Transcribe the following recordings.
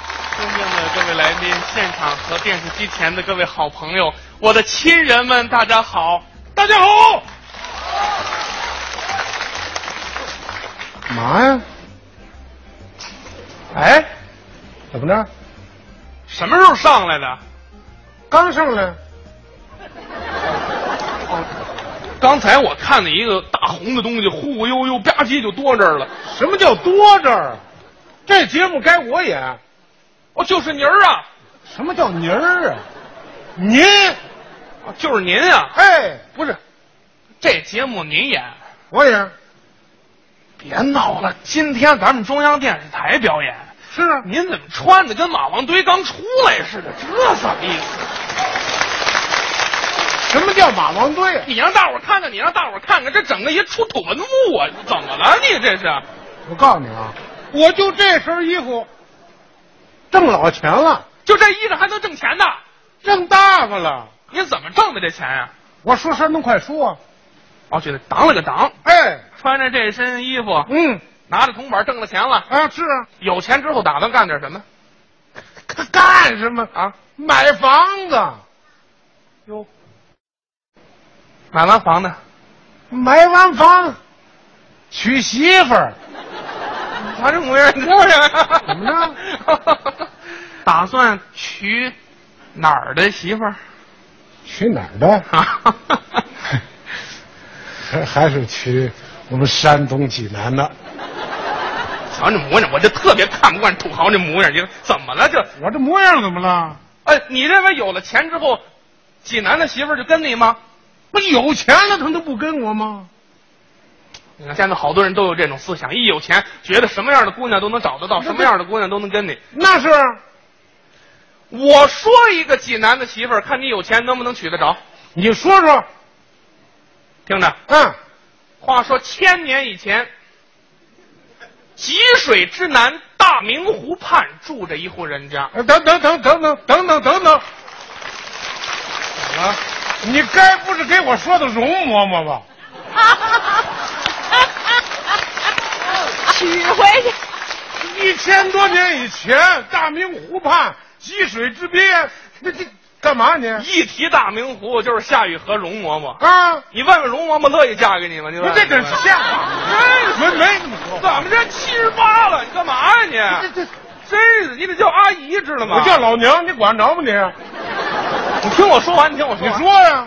尊敬的各位来宾、现场和电视机前的各位好朋友，我的亲人们，大家好，大家好！嘛呀？哎，怎么着？什么时候上来的？刚上来，刚才我看见一个大红的东西，忽忽悠悠吧唧就多这儿了。什么叫多这儿？这节目该我演。哦，就是您儿啊，什么叫您儿啊？您，哦就是您啊！哎，不是，这节目您演？我演。别闹了，今天咱们中央电视台表演，是啊，您怎么穿的跟马王堆刚出来似的？这什么意思？什么叫马王堆啊？你让大伙儿看看，你让大伙儿看看，这整个一出土文物啊！怎么了你这是？我告诉你啊，我就这身衣服，挣老钱了，就这衣裳还能挣钱呢？挣大发了。您怎么挣的这钱呀、我说山东快书啊，哦，就得当了个当，哎，穿着这身衣服，嗯，拿着铜板挣了钱了，啊，是啊，有钱之后打算干点什么干干什么啊？买房子。哟，买完房呢？买完房，娶媳妇儿，他这模样，你看着 怎么着？ 打算娶哪儿的媳妇儿 娶哪儿的？啊？还 还是娶我们山东济南的？瞧你模样，我就特别看不惯土豪这模样。你怎么了这？我这模样怎么了？哎，你认为有了钱之后，济南的媳妇儿就跟你吗？不有钱了，他们都不跟我吗？你嗯看现在好多人都有这种思想，一有钱觉得什么样的姑娘都能找得到，什么样的姑娘都能跟你。那是，我说一个济南的媳妇儿，看你有钱能不能娶得着。你说说，听着，嗯，话说千年以前，济水之南大明湖畔住着一户人家。呃等等等等等等等等等，怎么了？你该不是给我说的容嬷嬷吧？娶回去。一千多年以前，大明湖畔济水之滨，这这干嘛你？一提大明湖就是夏雨荷、容嬷嬷。啊，你问问容嬷嬷乐意嫁给你吗？你不问是这问真是瞎话，没没这么说怎么这七十八了？你干嘛呀、这你？这，真是的，你得叫阿姨知道吗？我叫老娘，你管着吗你？你听我说完，你听我说你完。说呀，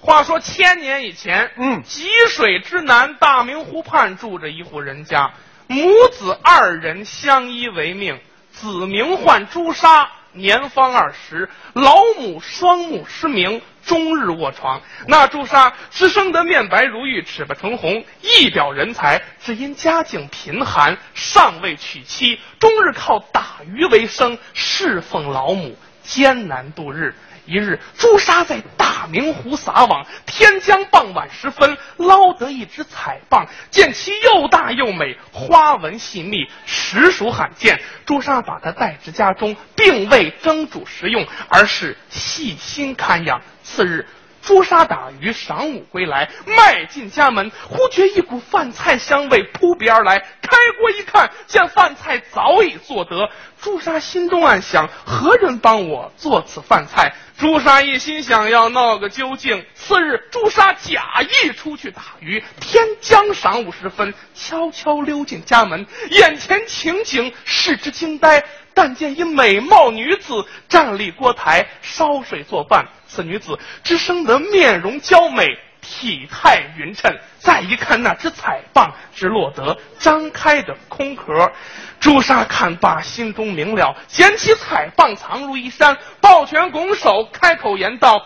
话说千年以前，嗯济水之南大明湖畔住着一户人家，母子二人相依为命，子名唤朱砂，年方二十，老母双目失明，终日卧床。那朱砂只生得面白如玉，齿巴唇红，一表人才，只因家境贫寒，尚未娶妻，终日靠打鱼为生，侍奉老母，艰难度日。一日，朱砂在大明湖撒网，天将傍晚时分，捞得一只彩蚌，见其又大又美，花纹细密，实属罕见。朱砂把它带至家中，并未蒸煮食用，而是细心看养。次日，朱砂打鱼晌午归来，迈进家门，忽觉一股饭菜香味扑鼻而来。开锅一看，见饭菜早已做得。朱砂心中暗想：何人帮我做此饭菜？朱砂一心想要闹个究竟。次日，朱砂假意出去打鱼，天将晌午时分，悄悄溜进家门，眼前情景视之惊呆。但见一美貌女子站立锅台烧水做饭，此女子只生得面容娇美，体态匀称。再一看那只彩蚌，只落得张开的空壳。朱砂看罢，心中明了，捡起彩蚌藏入衣衫，抱拳拱手，开口言道：“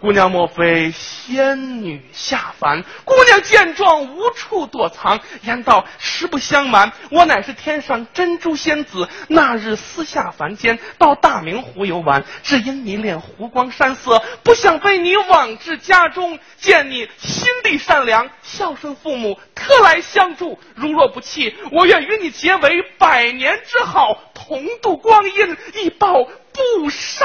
姑娘莫非仙女下凡？姑娘见状无处躲藏，言道：“实不相瞒，我乃是天上珍珠仙子。那日私下凡间，到大明湖游玩，只因迷恋湖光山色，不想被你往至家中。见你心地善良，孝顺父母，特来相助。如若不弃，我愿与你结为百年之好，同度光阴，以报不杀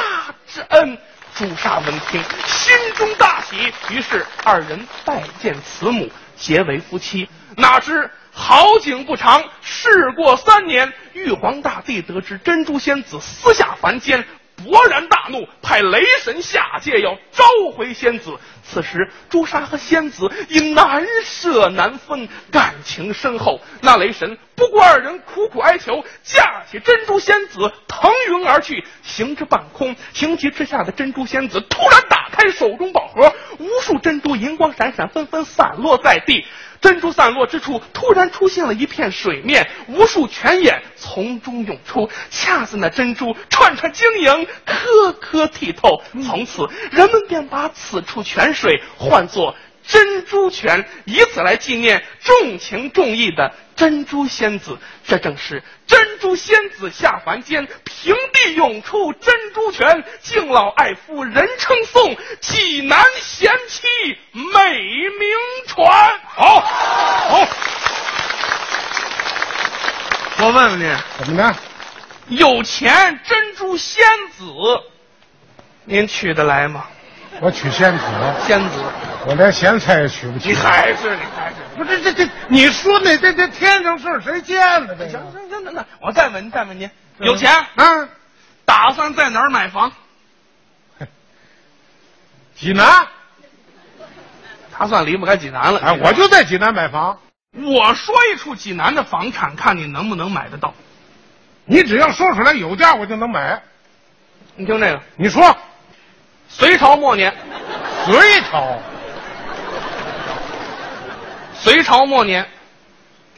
之恩。”朱砂闻听，心中大喜，于是二人拜见慈母，结为夫妻。哪知好景不长，事过三年，玉皇大帝得知珍珠仙子私下凡间，勃然大怒，派雷神下界要召回仙子。此时，朱砂和仙子已难舍难分，感情深厚。那雷神不顾二人苦苦哀求，架起珍珠仙子腾云而去，行至半空，情急之下的珍珠仙子突然打开手中宝盒，无数珍珠银光闪闪，纷纷散落在地。珍珠散落之处，突然出现了一片水面，无数泉眼从中涌出，恰似那珍珠串串晶莹，颗颗剔透。从此，人们便把此处泉水唤作珍珠泉，以此来纪念重情重义的珍珠仙子。这正是珍珠仙子下凡间，平地涌出珍珠泉，敬老爱夫人称颂，济南贤妻美名传。好，好，我问问怎么着？您，有钱珍珠仙子，您娶得来吗？我娶仙子，仙子，我连咸菜也娶不起。你还是你还是。不是这这，你说那这这天上事儿谁见呢？这行个行行，那那我再问您，再问您，有钱啊，打算在哪儿买房？济南，他算离不开济南了。哎，我就在济南买房。我说一处济南的房产，看你能不能买得到。你只要说出来有价，我就能买。你听这个，你说，隋朝末年，隋朝隋朝末年，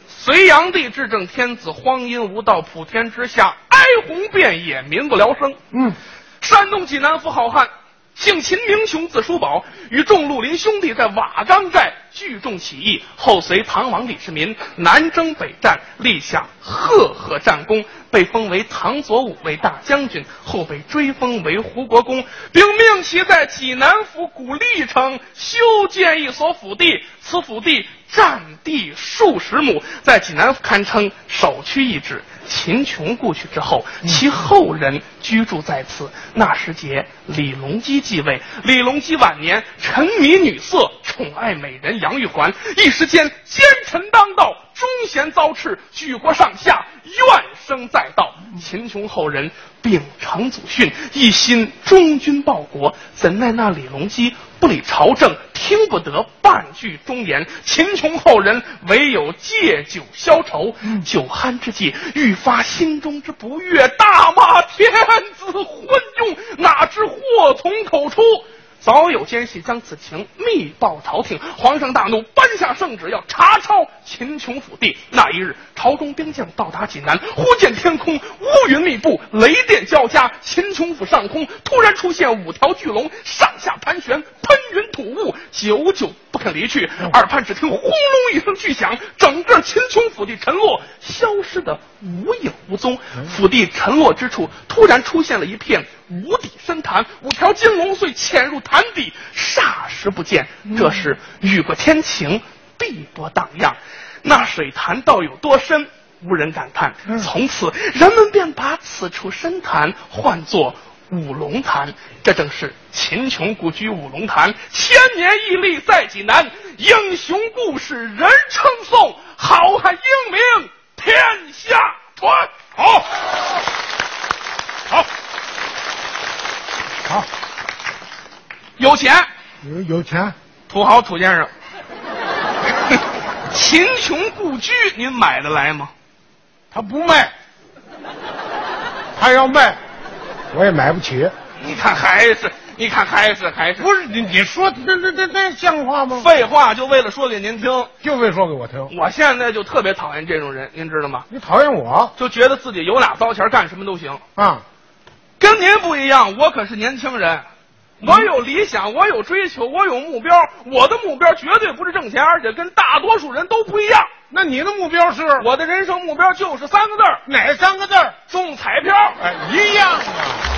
隋炀帝执政天子，荒淫无道，普天之下哀鸿遍野，民不聊生。嗯，山东济南府好汉，姓秦名雄，字叔宝，与众绿林兄弟在瓦岗寨聚众起义，后随唐王李世民南征北战，立下赫赫战功，被封为唐左武卫大将军，后被追封为胡国公，并命其在济南府古历城修建一所府地，此府地占地数十亩，在济南堪称首屈一指。秦琼故去之后，其后人居住在此。那时节，李隆基继位。李隆基晚年沉迷女色，宠爱美人杨玉环，一时间奸臣当道，忠贤遭斥，举国上下怨声载道。秦琼后人秉承祖训，一心忠君报国，怎奈那李隆基不理朝政，听不得半句忠言。秦琼后人唯有借酒消愁，酒酣之际，愈发心中之不悦，大骂天子昏庸。哪知祸从口出，早有奸细将此情密报朝廷，皇上大怒，颁下圣旨要查抄秦琼府地。那一日，朝中兵将到达济南，忽见天空乌云密布，雷电交加，秦琼府上空突然出现五条巨龙，上下盘旋，喷云吐雾，久久不肯离去。耳畔只听轰隆一声巨响，整个秦琼府地沉落，消失的无影无踪。府地沉落之处，突然出现了一片无底深潭，五条金龙遂潜入潭底，霎时不见。这时雨过天晴，碧波荡漾，那水潭倒有多深，无人敢探。从此，人们便把此处深潭唤作。五龙潭，这正是秦琼故居五龙潭，千年屹立在济南，英雄故事人称颂，好汉英名天下传。好，好，好，有钱，有有钱，土豪土先生， 秦琼故居您买得来吗？他不卖，他要卖，我也买不起。你看还是，你看还是还是，不是你，你说这这这这像话吗？废话，就为了说给您听。就为说给我听，我现在就特别讨厌这种人，您知道吗？你讨厌我就觉得自己有哪糟钱儿干什么都行。啊？跟您不一样，我可是年轻人，我有理想，我有追求，我有目标。我的目标绝对不是挣钱，而且跟大多数人都不一样。那你的目标是我的人生目标就是三个字儿：哪三个字儿？中彩票。哎，一样啊。